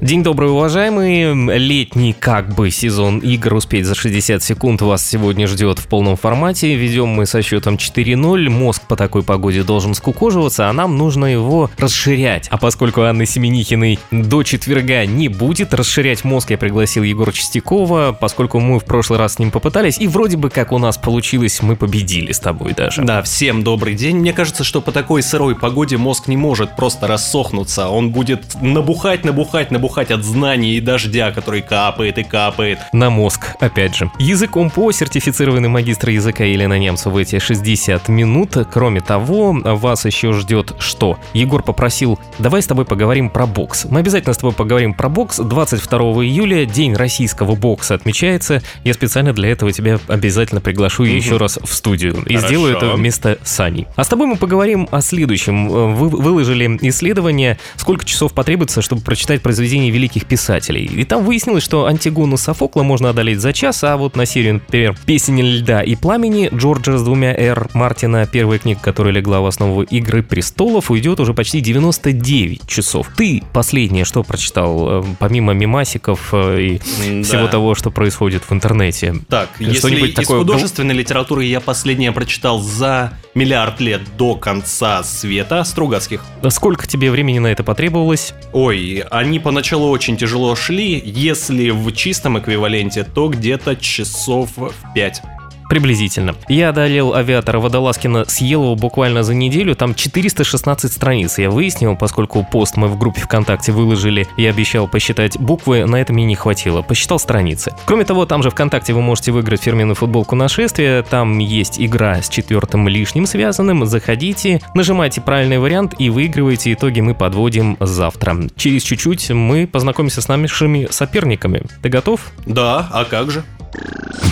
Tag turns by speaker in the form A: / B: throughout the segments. A: День добрый, уважаемые. Летний как бы сезон игр «Успеть за 60 секунд» вас сегодня ждет в полном формате. Ведем мы со счетом 4-0. Мозг по такой погоде должен скукоживаться, а нам нужно его расширять. А поскольку Анны Семенихиной до четверга не будет, расширять мозг я пригласил Егора Чистякова, поскольку мы в прошлый раз с ним попытались, и вроде бы как у нас получилось, мы победили с тобой даже.
B: Да, всем добрый день. Мне кажется, что по такой сырой погоде мозг не может просто рассохнуться. Он будет набухать, набухать, набухать от знаний и дождя, который капает и капает.
A: На мозг, опять же. Языком по сертифицированный магистр языка Елена Немцева эти 60 минут. Кроме того, вас еще ждет что? Егор попросил, давай с тобой поговорим про бокс. Мы обязательно с тобой поговорим про бокс. 22 июля День российского бокса отмечается. Я специально для этого тебя обязательно приглашу еще раз в студию. И
B: Хорошо.
A: сделаю это вместо Сани. А с тобой мы поговорим о следующем. э, Вы выложили исследование, сколько часов потребуется, чтобы прочитать произведение великих писателей. И там выяснилось, что Антигону Софокла можно одолеть за час, а вот на серию, например, «Песень льда и пламени» Джорджа с двумя «Р» Мартина, первая книга, которая легла в основу «Игры престолов», уйдет уже почти 99 часов. Ты последнее что прочитал, э, помимо мимасиков э, и
B: М,
A: всего
B: да.
A: того, что происходит в интернете?
B: Так, если
A: Э, Что-нибудь
B: из
A: такое-
B: художественной литературы я последнее прочитал за миллиард лет до конца света Стругацких.
A: Сколько тебе времени на это потребовалось?
B: Ой, они поначалу очень тяжело шли, если в чистом эквиваленте, то где-то часов в 5.
A: Приблизительно. Я одолел авиатора Водолазкина, съел его буквально за неделю, там 416 страниц. Я выяснил, поскольку пост мы в группе ВКонтакте выложили, я обещал посчитать буквы, на это мне не хватило. Посчитал страницы. Кроме того, там же ВКонтакте вы можете выиграть фирменную футболку нашествия, там есть игра с четвертым лишним связанным, заходите, нажимайте правильный вариант и выигрывайте итоги мы подводим завтра. Через чуть-чуть мы познакомимся с нашими соперниками. Ты готов?
B: Да, а как же?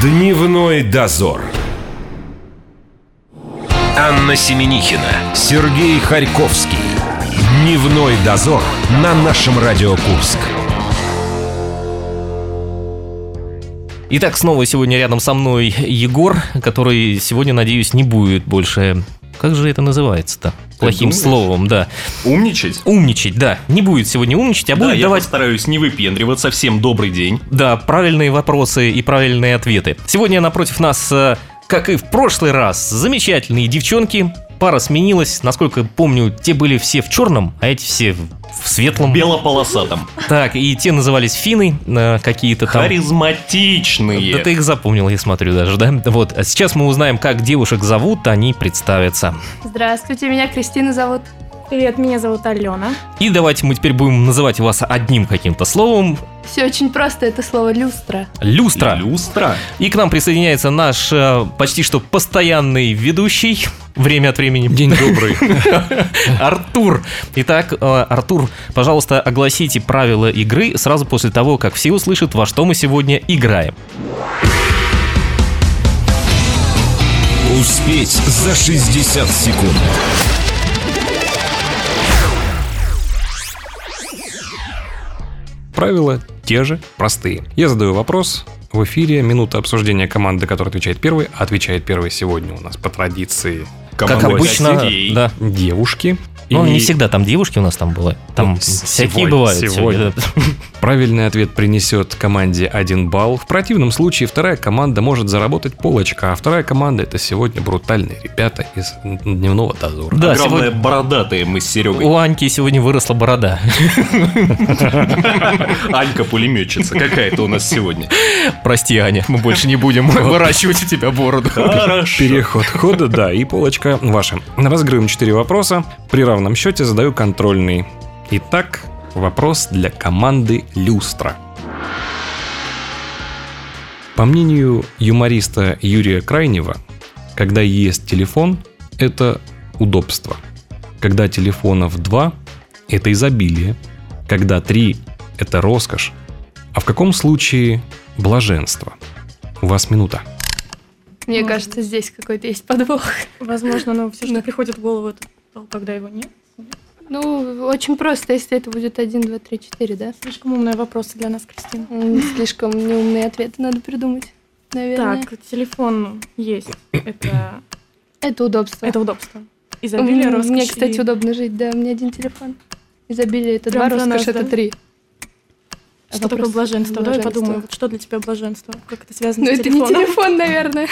C: Дневной дозор. Анна Семенихина, Сергей Харьковский. Дневной дозор на нашем Радио Курск.
A: Итак, снова сегодня рядом со мной Егор, который сегодня, надеюсь, не будет больше... Как же это называется-то? Плохим
B: думаешь?
A: словом, да.
B: Умничать?
A: Умничать, да. Не будет сегодня умничать, а
B: да,
A: будет
B: я
A: давать
B: постараюсь не выпендриваться. Всем добрый день.
A: да, правильные вопросы и правильные ответы. Сегодня напротив нас, э, как и в прошлый раз, замечательные девчонки. Пара сменилась. Насколько помню, те были все в черном, а эти все в в светлом.
B: Белополосатым.
A: Так, и те назывались финны э, какие-то там.
B: Харизматичные.
A: Да ты их запомнил, я смотрю даже, да? Вот, а сейчас мы узнаем, как девушек зовут, они представятся.
D: Здравствуйте, меня Кристина зовут.
E: Привет, меня зовут Алена.
A: И давайте мы теперь будем называть вас одним каким-то словом
D: Все очень просто, это слово люстра.
A: – люстра.
B: Люстра.
A: И к нам присоединяется наш э, почти что постоянный ведущий, время от времени. День добрый. Артур. Итак, э, Артур, пожалуйста, огласите правила игры сразу после того, как все услышат, во что мы сегодня играем.
C: Успеть за 60 секунд.
F: Правила те же, простые. Я задаю вопрос. В эфире минута обсуждения команды, которая отвечает первой, а отвечает первой сегодня у нас по традиции
A: Как
F: Помогай,
A: обычно,
B: Сергей.
A: да.
F: девушки.
A: Ну,
F: И
A: не всегда там девушки у нас там были. Там
F: Ну,
A: всякие
F: сегодня,
A: бывают.
F: сегодня. правильный ответ принесет команде один балл. В противном случае вторая команда может заработать пол очка, а вторая команда это сегодня брутальные ребята из дневного дозора.
A: Да,
B: Главное,
A: сегодня...
B: бородатые мы с Серегой.
A: У Аньки сегодня выросла борода.
B: Анька пулеметчица какая-то у нас сегодня.
A: Прости, Аня, мы больше не будем выращивать у тебя бороду.
B: Хорошо.
F: Переход хода, да, и полочка ваша. Разгрым 4 вопроса. При равном счете задаю контрольный. Итак, вопрос для команды «Люстра». По мнению юмориста Юрия Крайнева, когда есть телефон, это удобство. Когда телефонов 2, это изобилие. Когда 3, это роскошь. А в каком случае блаженство? У вас минута.
D: Мне
E: Ладно.
D: кажется, здесь какой-то есть подвох.
E: Возможно, но все,
D: Да.
E: что приходит в голову, это то, когда его нет.
D: Ну, очень просто, если это будет 1, 2, 3, 4, да?
E: Слишком умные вопросы для нас, Кристина.
D: М, Слишком неумные ответы надо придумать. наверное.
E: Так, телефон есть. Это,
D: Это удобство.
E: это удобство. Изобилие,
D: Мне,
E: роскошь.
D: мне, кстати,
E: и-
D: удобно жить, да, у меня один телефон. Изобилие это
E: Прям
D: два,
E: для нас,
D: роскошь это
E: да.
D: три.
E: Что
D: Вопрос
E: такое блаженство? Давай
D: блаженства.
E: подумаем, вот что для тебя блаженство? Как это связано
D: Ну
E: с
D: это не
E: телефоном?
D: телефон, наверное.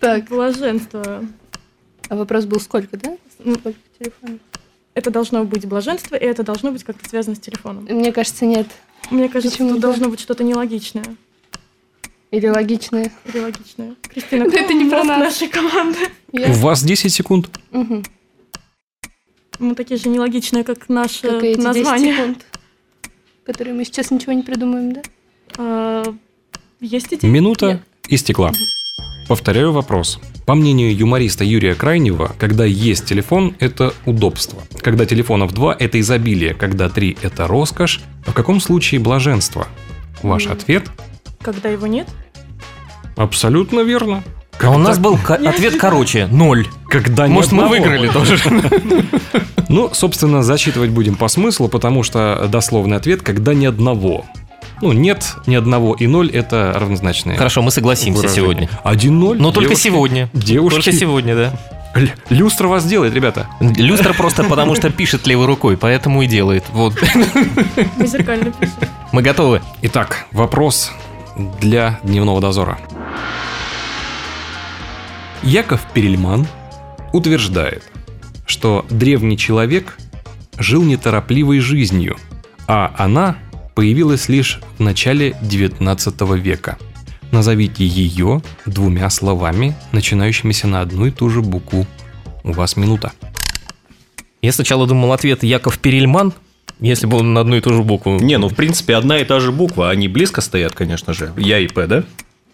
D: Так,
E: Блаженство.
D: а вопрос был сколько, да?
E: Ну,
D: Сколько телефонов?
E: Это должно быть блаженство, и это должно быть как-то связано с телефоном.
D: Мне кажется, нет.
E: Мне кажется,
D: Почему
E: тут
D: да?
E: должно быть что-то нелогичное.
D: Или логичные.
E: Или логичное. Кристина,
D: Да
E: кто
D: это не про
E: мозг
D: нас.
E: нашей команды?
F: У
D: Я-
F: вас 10 секунд.
D: Мгм.
E: Мы такие же нелогичные, как наше
D: Как и эти 10
E: название.
D: секунд, которые мы сейчас ничего не придумаем, да?
E: А, Есть идеи?
F: Минута истекла. Повторяю вопрос. По мнению юмориста Юрия Крайнева, когда есть телефон, это удобство. Когда телефонов два, это изобилие. Когда три, это роскошь. А в каком случае блаженство? Ваш
D: М.
F: ответ?
E: Когда его нет?
F: Абсолютно верно.
A: А у нас был ко- ответ короче, ноль.
F: Когда ни
A: Может, мы
F: одного.
A: выиграли тоже.
F: Ну, собственно, засчитывать будем по смыслу, потому что дословный ответ «когда ни одного». Ну, нет, ни одного и ноль – это равнозначные.
A: Хорошо, мы согласимся
F: выражения.
A: сегодня.
F: 1-0.
A: Но только
F: девушки.
A: сегодня.
F: Девушки.
A: Только сегодня, да.
F: Л- Люстра вас делает, ребята.
A: Люстра просто потому, что пишет левой рукой, поэтому и делает. Вот.
E: Мы зеркально пишем.
A: Мы готовы.
F: Итак, вопрос для дневного дозора. Яков Перельман утверждает, что древний человек жил неторопливой жизнью, а она появилась лишь в начале 19 века. Назовите ее двумя словами, начинающимися на одну и ту же букву. У вас минута.
A: Я сначала думал ответ Яков Перельман, если бы он на одну и ту же букву.
B: Не, ну в принципе одна и та же буква, они близко стоят, конечно же. Я и П, да?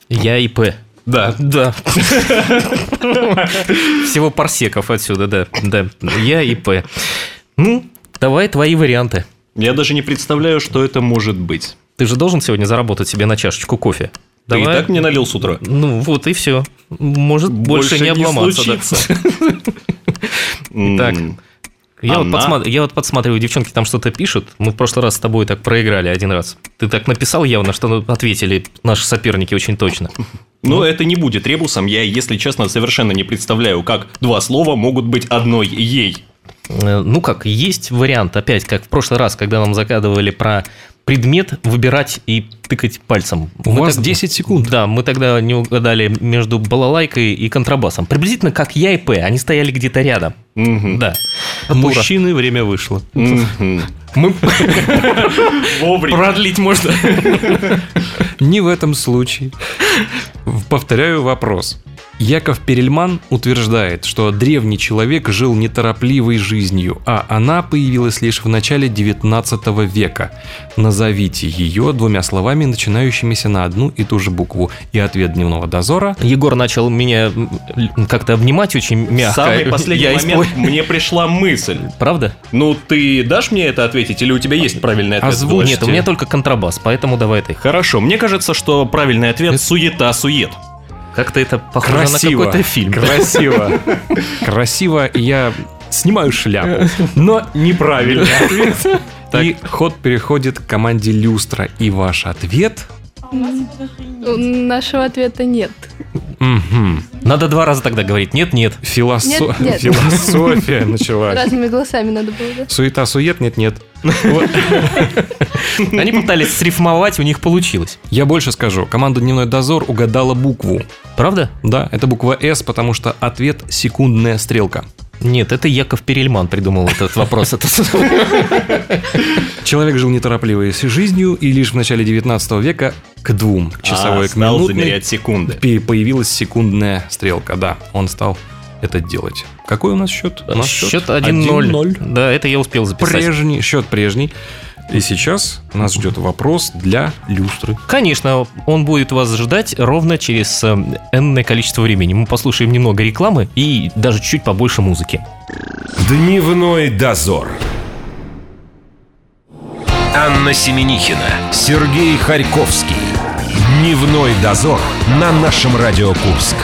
A: Я и П.
B: Да.
A: Да. Всего парсеков отсюда, да. Да. Я и П. Ну, давай твои варианты.
B: Я даже не представляю, что это может быть.
A: Ты же должен сегодня заработать себе на чашечку кофе.
B: Ты и
A: Давай.
B: так мне налил с утра.
A: Ну, вот и все. Может, больше, не обломаться. да.
B: Так.
A: Итак. Я вот,
B: Она?
A: подсма- я вот подсматриваю, девчонки там что-то пишут. Мы в прошлый раз с тобой так проиграли один раз. Ты так написал явно, что ну, ответили наши соперники очень точно.
B: Но Ну, это не будет ребусом. Я, если честно, совершенно не представляю, как два слова могут быть одной ей.
A: Э, Ну как, есть вариант, опять, как в прошлый раз, когда нам загадывали про предмет, выбирать и тыкать пальцем.
F: У
A: Мы
F: вас
A: так-
F: 10 секунд.
A: Да, мы тогда не угадали между балалайкой и контрабасом. Приблизительно как я и П, они стояли где-то рядом.
B: Мгм.
A: Да.
F: Мужчины, время вышло.
B: Мгм.
A: Мы
B: Вовремя.
A: продлить можно.
F: Не в этом случае. В- Повторяю вопрос. Яков Перельман утверждает, что древний человек жил неторопливой жизнью, а она появилась лишь в начале 19 века. Назовите ее двумя словами, начинающимися на одну и ту же букву. И ответ дневного дозора
A: Егор начал меня м, как-то обнимать очень
B: В
A: мягко.
B: самый последний
A: Я испо-
B: момент мне пришла мысль.
A: Правда?
B: Ну, ты дашь мне это ответить, или у тебя есть правильный ответ?
F: Озвучь.
B: Влад?
A: Нет, у меня только контрабас, поэтому давай ты.
B: Хорошо, мне кажется, что правильный ответ суета-сует.
A: Как-то это похоже
F: красиво.
A: на какой-то фильм.
F: Красиво. Красиво, и я снимаю шляпу. Но неправильный ответ. И ход переходит к команде Люстра. И ваш ответ...
E: А у нас его даже и
D: У
E: нет.
D: Нашего ответа нет.
F: Мгм.
A: Надо два раза тогда говорить. Нет, нет.
F: Филосо-
D: Нет, нет.
F: Философия началась.
D: Разными голосами надо было, да?
F: Суета-сует, нет-нет.
A: Они пытались срифмовать, у них получилось.
F: Я больше скажу. Команда «Дневной дозор» угадала букву.
A: Правда?
F: Да, это буква «С», потому что ответ – секундная стрелка.
A: Нет, это Яков Перельман придумал этот вопрос. Это-
F: Человек жил неторопливой с- жизнью, и лишь в начале 19 века к двум к часовой
B: А,
F: к
B: стал
F: минутной
B: замерять секунды.
F: пе- появилась секундная стрелка. Да, он стал это делать. Какой у нас счет? У нас
A: Счет 1-0. Да, это я успел записать.
F: Прежний, счет прежний. И сейчас нас ждет вопрос для люстры.
A: Конечно, он будет вас ждать ровно через э, энное количество времени. Мы послушаем немного рекламы и даже чуть побольше музыки.
C: Дневной дозор. Анна Семенихина, Сергей Харьковский. Дневной дозор на нашем Радио Курск.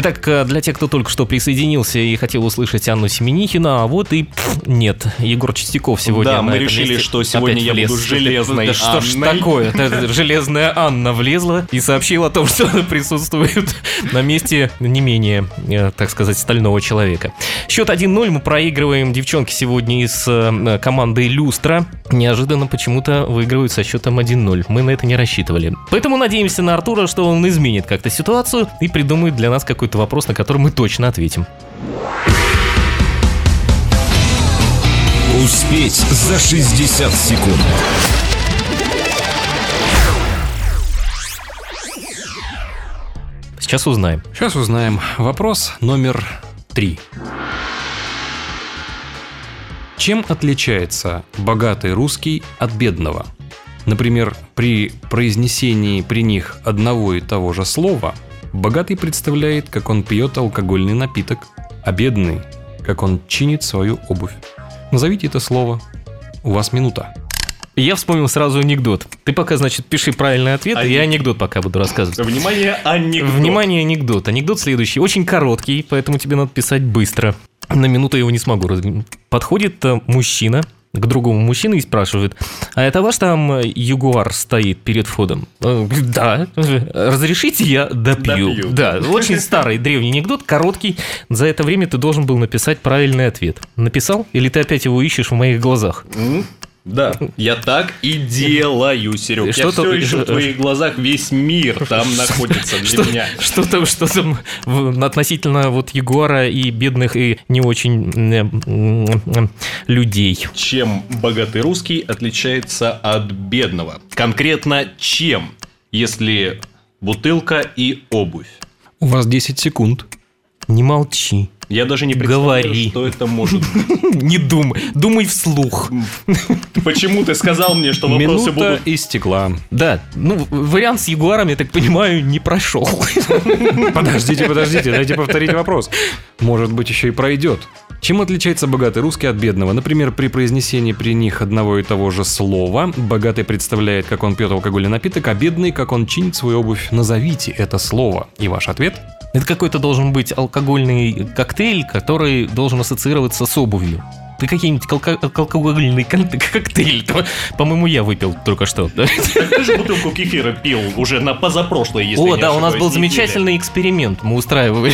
A: Итак, э, для тех, кто только что присоединился и хотел услышать Анну Семенихину, а вот и пф, нет, Егор Чистяков сегодня.
B: Да,
A: на
B: мы
A: этом
B: решили,
A: месте
B: что сегодня
A: опять
B: я
A: влез.
B: буду железной
A: Да что ж
B: Анной.
A: такое? Это Железная Анна влезла и сообщила о том, что она присутствует на месте не менее, э, так сказать, стального человека. Счет 1-0 мы проигрываем девчонки сегодня из э, команды «Люстра». Неожиданно почему-то выигрывают со счетом 1-0. Мы на это не рассчитывали. Поэтому надеемся на Артура, что он изменит как-то ситуацию и придумает для нас какой-то вопрос, на который мы точно ответим.
C: Успеть за 60 секунд.
A: Сейчас узнаем.
F: Сейчас узнаем. Вопрос номер три. Чем отличается богатый русский от бедного? Например, при произнесении при них одного и того же слова богатый представляет, как он пьет алкогольный напиток, а бедный – как он чинит свою обувь. Назовите это слово. У вас минута.
A: Я вспомнил сразу анекдот. Ты пока, значит, пиши правильный ответ, и я
B: Анекдот.
A: анекдот пока буду рассказывать.
B: Внимание, анекдот.
A: Внимание, анекдот. Анекдот следующий. Очень короткий, поэтому тебе надо писать быстро. На минуту я его не смогу. раз- Подходит э, мужчина к другому мужчине и спрашивает, а это ваш там э, ягуар стоит перед входом? Э, Да. Разрешите я допью?
B: Допью.
A: Да. Очень старый древний анекдот, короткий. За это время ты должен был написать правильный ответ. Написал? Или ты опять его ищешь в моих глазах?
B: М? Да, я так и делаю, Серег.
A: Что то-
B: я все еще в твоих глазах весь мир там находится для
A: Что,
B: меня.
A: что там, что там в- относительно вот Ягуара и бедных и не очень м, м, м, людей.
B: Чем богатый русский отличается от бедного? Конкретно чем, если бутылка и обувь?
F: У вас 10 секунд.
A: Не молчи,
B: Я даже не представляю,
A: Говори.
B: что это может быть.
A: не думай, думай вслух.
B: Почему ты сказал мне, что вопросы
F: Минута
B: будут...
F: истекла.
A: Да, ну в- вариант с Ягуаром, я так понимаю, не прошел.
F: Подождите, подождите, дайте повторить вопрос. Может быть, еще и пройдет. Чем отличается богатый русский от бедного? Например, при произнесении при них одного и того же слова богатый представляет, как он пьет алкогольный напиток, а бедный, как он чинит свою обувь. Назовите это слово. И ваш ответ?
A: Это какой-то должен быть алкогольный коктейль, который должен ассоциироваться с обувью. Ты какие-нибудь алко- алкогольные кон- коктейли, то- по-моему, я выпил только что.
B: Ты же бутылку кефира пил уже на позапрошлой, если
A: О,
B: не
A: да, у нас
B: ошибаюсь,
A: был
B: неделе.
A: замечательный эксперимент, мы устраивали.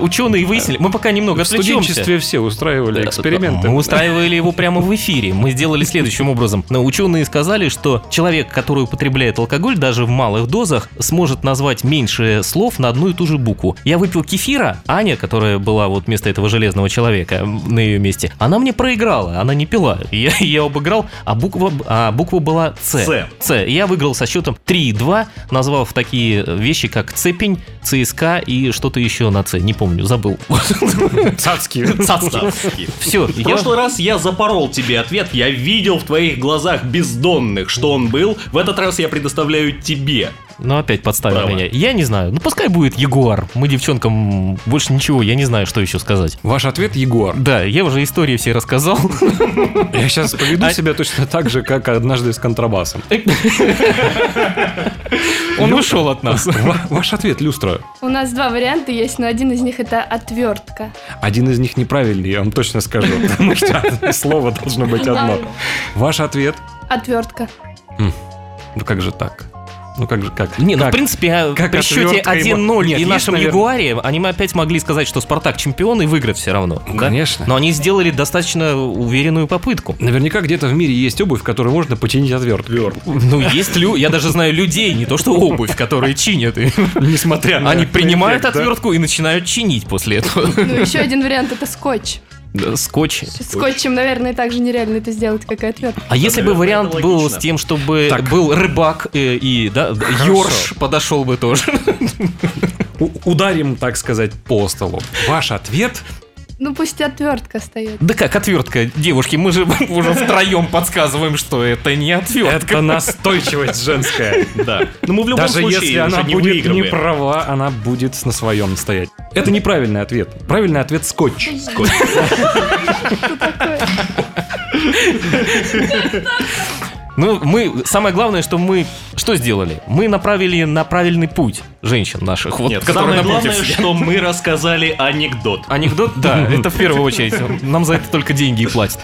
A: Ученые выяснили, мы пока немного
F: В
A: отвлечемся.
F: студенчестве все устраивали эксперименты.
B: Ну,
A: Мы устраивали его прямо в эфире. Мы сделали следующим образом. Но Ученые сказали, что человек, который употребляет алкоголь, даже в малых дозах, сможет назвать меньше слов на одну и ту же букву. Я выпил кефира, Аня, которая была вот вместо этого железного человека м, на ее месте, она мне проиграла, она не пила. Я, я обыграл, а буква, а буква была С.
B: «Ц».
A: С. Я выиграл со счетом 3-2, назвав такие вещи, как цепень, ЦСКА и что-то еще на С. Не помню, забыл.
F: Цацки.
A: Цацки. Все,
B: В прошлый раз я запорол тебе ответ, я видел в твоих глазах бездонных, что он был. В этот раз я предоставляю тебе.
A: Ну, опять подставил
B: Право.
A: меня. Я не знаю. Ну, пускай будет Ягуар. Мы девчонкам больше ничего, я не знаю, что еще сказать.
F: Ваш ответ Егор.
A: Да, я уже истории все рассказал.
F: Я сейчас поведу
B: А
F: себя точно так же, как однажды с контрабасом.
A: Он ушел от нас.
F: Ва- Ваш ответ, люстра.
D: У нас два варианта есть, но один из них это отвертка.
F: Один из них неправильный, я вам точно скажу, потому что слово должно быть одно.
D: Ладно.
F: Ваш ответ?
D: Отвертка.
F: Ну как же так? Ну как же как?
A: Не, ну, в
F: Как?
A: принципе, а
F: как
A: при счете
F: отвёрткой мо-
A: 1-0
F: Нет,
A: и
F: есть,
A: нашем
F: наверное.
A: Ягуаре, они мы опять могли сказать, что Спартак чемпион и выиграть все равно.
F: Ну,
A: да?
F: конечно.
A: Но они сделали достаточно уверенную попытку.
F: Наверняка где-то в мире есть обувь, которую можно починить отверткой.
A: Ну, есть лю... Я даже знаю людей, не то что обувь, которые чинят. И
F: Несмотря на...
A: Они
F: этот
A: принимают
F: эффект, да?
A: отвертку и начинают чинить после этого.
D: Ну, еще один вариант это скотч.
A: Да, Скотч.
D: Скотчем, наверное, также нереально это сделать, как и отвертка.
A: А если бы
B: Наверное,
A: вариант
B: это
A: был с
B: логично.
A: тем, чтобы
F: Так.
A: был рыбак э, и да, Йорш подошел бы тоже.
F: У- Ударим, так сказать, по столу. Ваш ответ?
D: Ну, пусть отвертка остается.
A: Да как отвертка, девушки, мы же уже втроем подсказываем, что это не отвертка.
F: Это настойчивость женская.
A: А
B: Да. Ну мы в любом
F: Даже
B: случае
F: если
B: уже
F: она
B: не
F: будет не
B: выигрываем.
F: права, она будет на своем стоять. Это неправильный ответ. Правильный ответ скотч.
A: Ну, мы, самое главное, что мы что сделали? Мы направили на правильный путь женщин наших, вот,
B: Нет,
A: которые
B: самое
A: напротив
B: главное,
A: сидят.
B: что мы рассказали анекдот.
A: Анекдот, да, это в первую очередь. Нам за это только деньги и платят.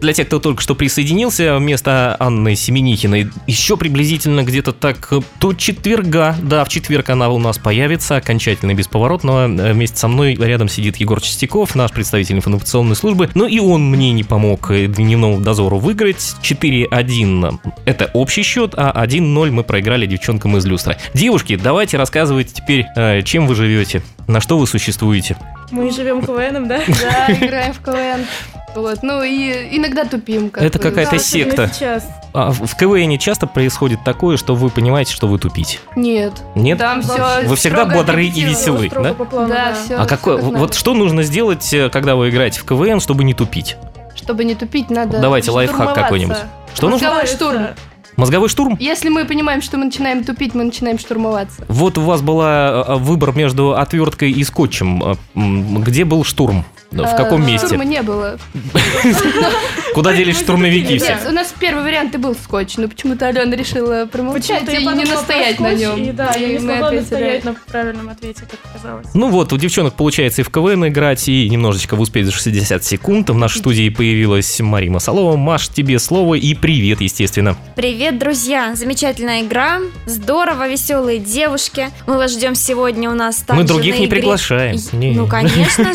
A: Для тех, кто только что присоединился, Э, вместо Анны Семенихиной еще приблизительно где-то так э, до четверга, да, в четверг она у нас появится, окончательно и бесповоротно. Э, Вместе со мной рядом сидит Егор Чистяков, наш представитель информационной службы, но и он мне не помог э, дневному дозору выиграть. 4-1 это общий счет, а 1-0 мы проиграли девчонкам из люстры. Девушки, давайте рассказывайте теперь, э, чем вы живете, на что вы существуете.
E: Мы живем КВНом, да?
D: Да, играем в КВН. Вот, ну и иногда тупим. Как
A: Это
D: бы.
A: какая-то
E: Да,
A: с- секта.
E: особенно Сейчас.
A: А в в КВН часто происходит такое, что вы понимаете, что вы тупите?
D: Нет.
A: Нет?
D: Там все.
A: Вы всегда бодры и весёлы. Силы,
E: Строго
A: да?
E: по плану,
D: Да, все.
A: А какое, вот что нужно сделать, э, когда вы играете в КВН, чтобы не тупить?
D: Чтобы не тупить, надо.
A: Давайте лайфхак
D: штурмоваться.
A: какой-нибудь. Что
E: Ну,
A: нужно?
D: Давай штурм.
A: Мозговой штурм?
D: Если мы понимаем, что мы начинаем тупить, мы начинаем штурмоваться.
A: Вот у вас был выбор между отверткой и скотчем. Э, м, Где был штурм? В
D: Э,
A: каком месте?
D: Штурма не было.
A: Куда делись штурмовики
E: И
A: все?
D: Нет, у нас первый вариант и был скотч, но почему-то Алена решила промолчать
E: Почему-то
D: и
E: я
D: Ну, не
E: подумала про
D: настоять на
E: скотч,
D: нем.
E: И да, я
D: И
E: не
D: мы
E: смогла
D: ответили,
E: настоять на правильном ответе, как оказалось.
A: Ну вот, у девчонок получается и в КВН играть, и немножечко в успеть за 60 секунд. В нашей студии появилась Марима Солова. Маш, тебе слово и привет, естественно.
G: Привет, друзья! Замечательная игра, здорово, веселые девушки. Мы вас ждем сегодня у нас также
A: Мы других
G: на
A: не
G: игре.
A: приглашаем.
G: И-
A: Не.
G: Ну, конечно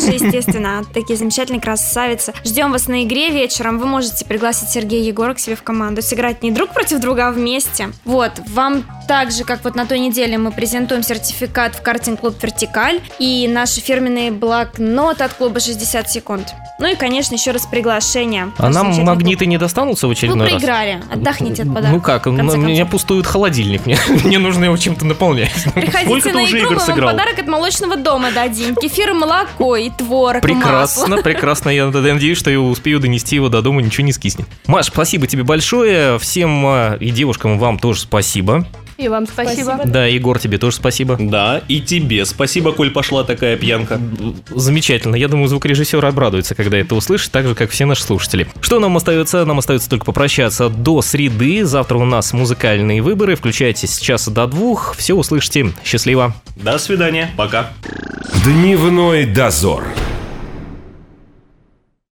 G: же, естественно, такие замечательные красавицы. Ждем вас на игре вечером. Вы можете пригласить Сергея Егора к себе в команду. Сыграть не друг против друга, а вместе. Вот, вам так же, как вот на той неделе мы презентуем сертификат в картинг-клуб «Вертикаль» и наши фирменные блокнот от клуба «60 секунд». Ну и, конечно, еще раз приглашение.
A: А
G: Наш
A: нам
G: замечательный
A: магниты не достанутся в
G: клуб. Вы
A: очередной раз?
G: проиграли. Отдохните от
A: Ну
G: подарка.
A: как,
G: Ну, в конце
A: у меня
G: концов.
A: пустует холодильник, мне, мне нужно его чем-то наполнять.
B: Сколько
G: Приходите
B: ты
G: на
B: уже
G: игру,
B: игр
G: мы вам
B: сыграл?
G: подарок от молочного дома дадим. Кефир, и молоко и творог, и масло.
A: Прекрасно, прекрасно. Я надеюсь, что я успею донести его до дома, ничего не скиснет. Маш, спасибо тебе большое. Всем э, и девушкам вам тоже спасибо.
D: И вам спасибо.
A: Да, Егор, тебе тоже спасибо.
B: Да, и тебе спасибо, коль пошла такая пьянка.
A: Замечательно. Я думаю, звукорежиссер обрадуется, когда это услышит, так же, как все наши слушатели. Что нам остается? Нам остается только попрощаться до среды. Завтра у нас музыкальные выборы. Включайтесь с часа до двух. Все услышите. Счастливо.
B: До свидания, пока.
C: Дневной дозор.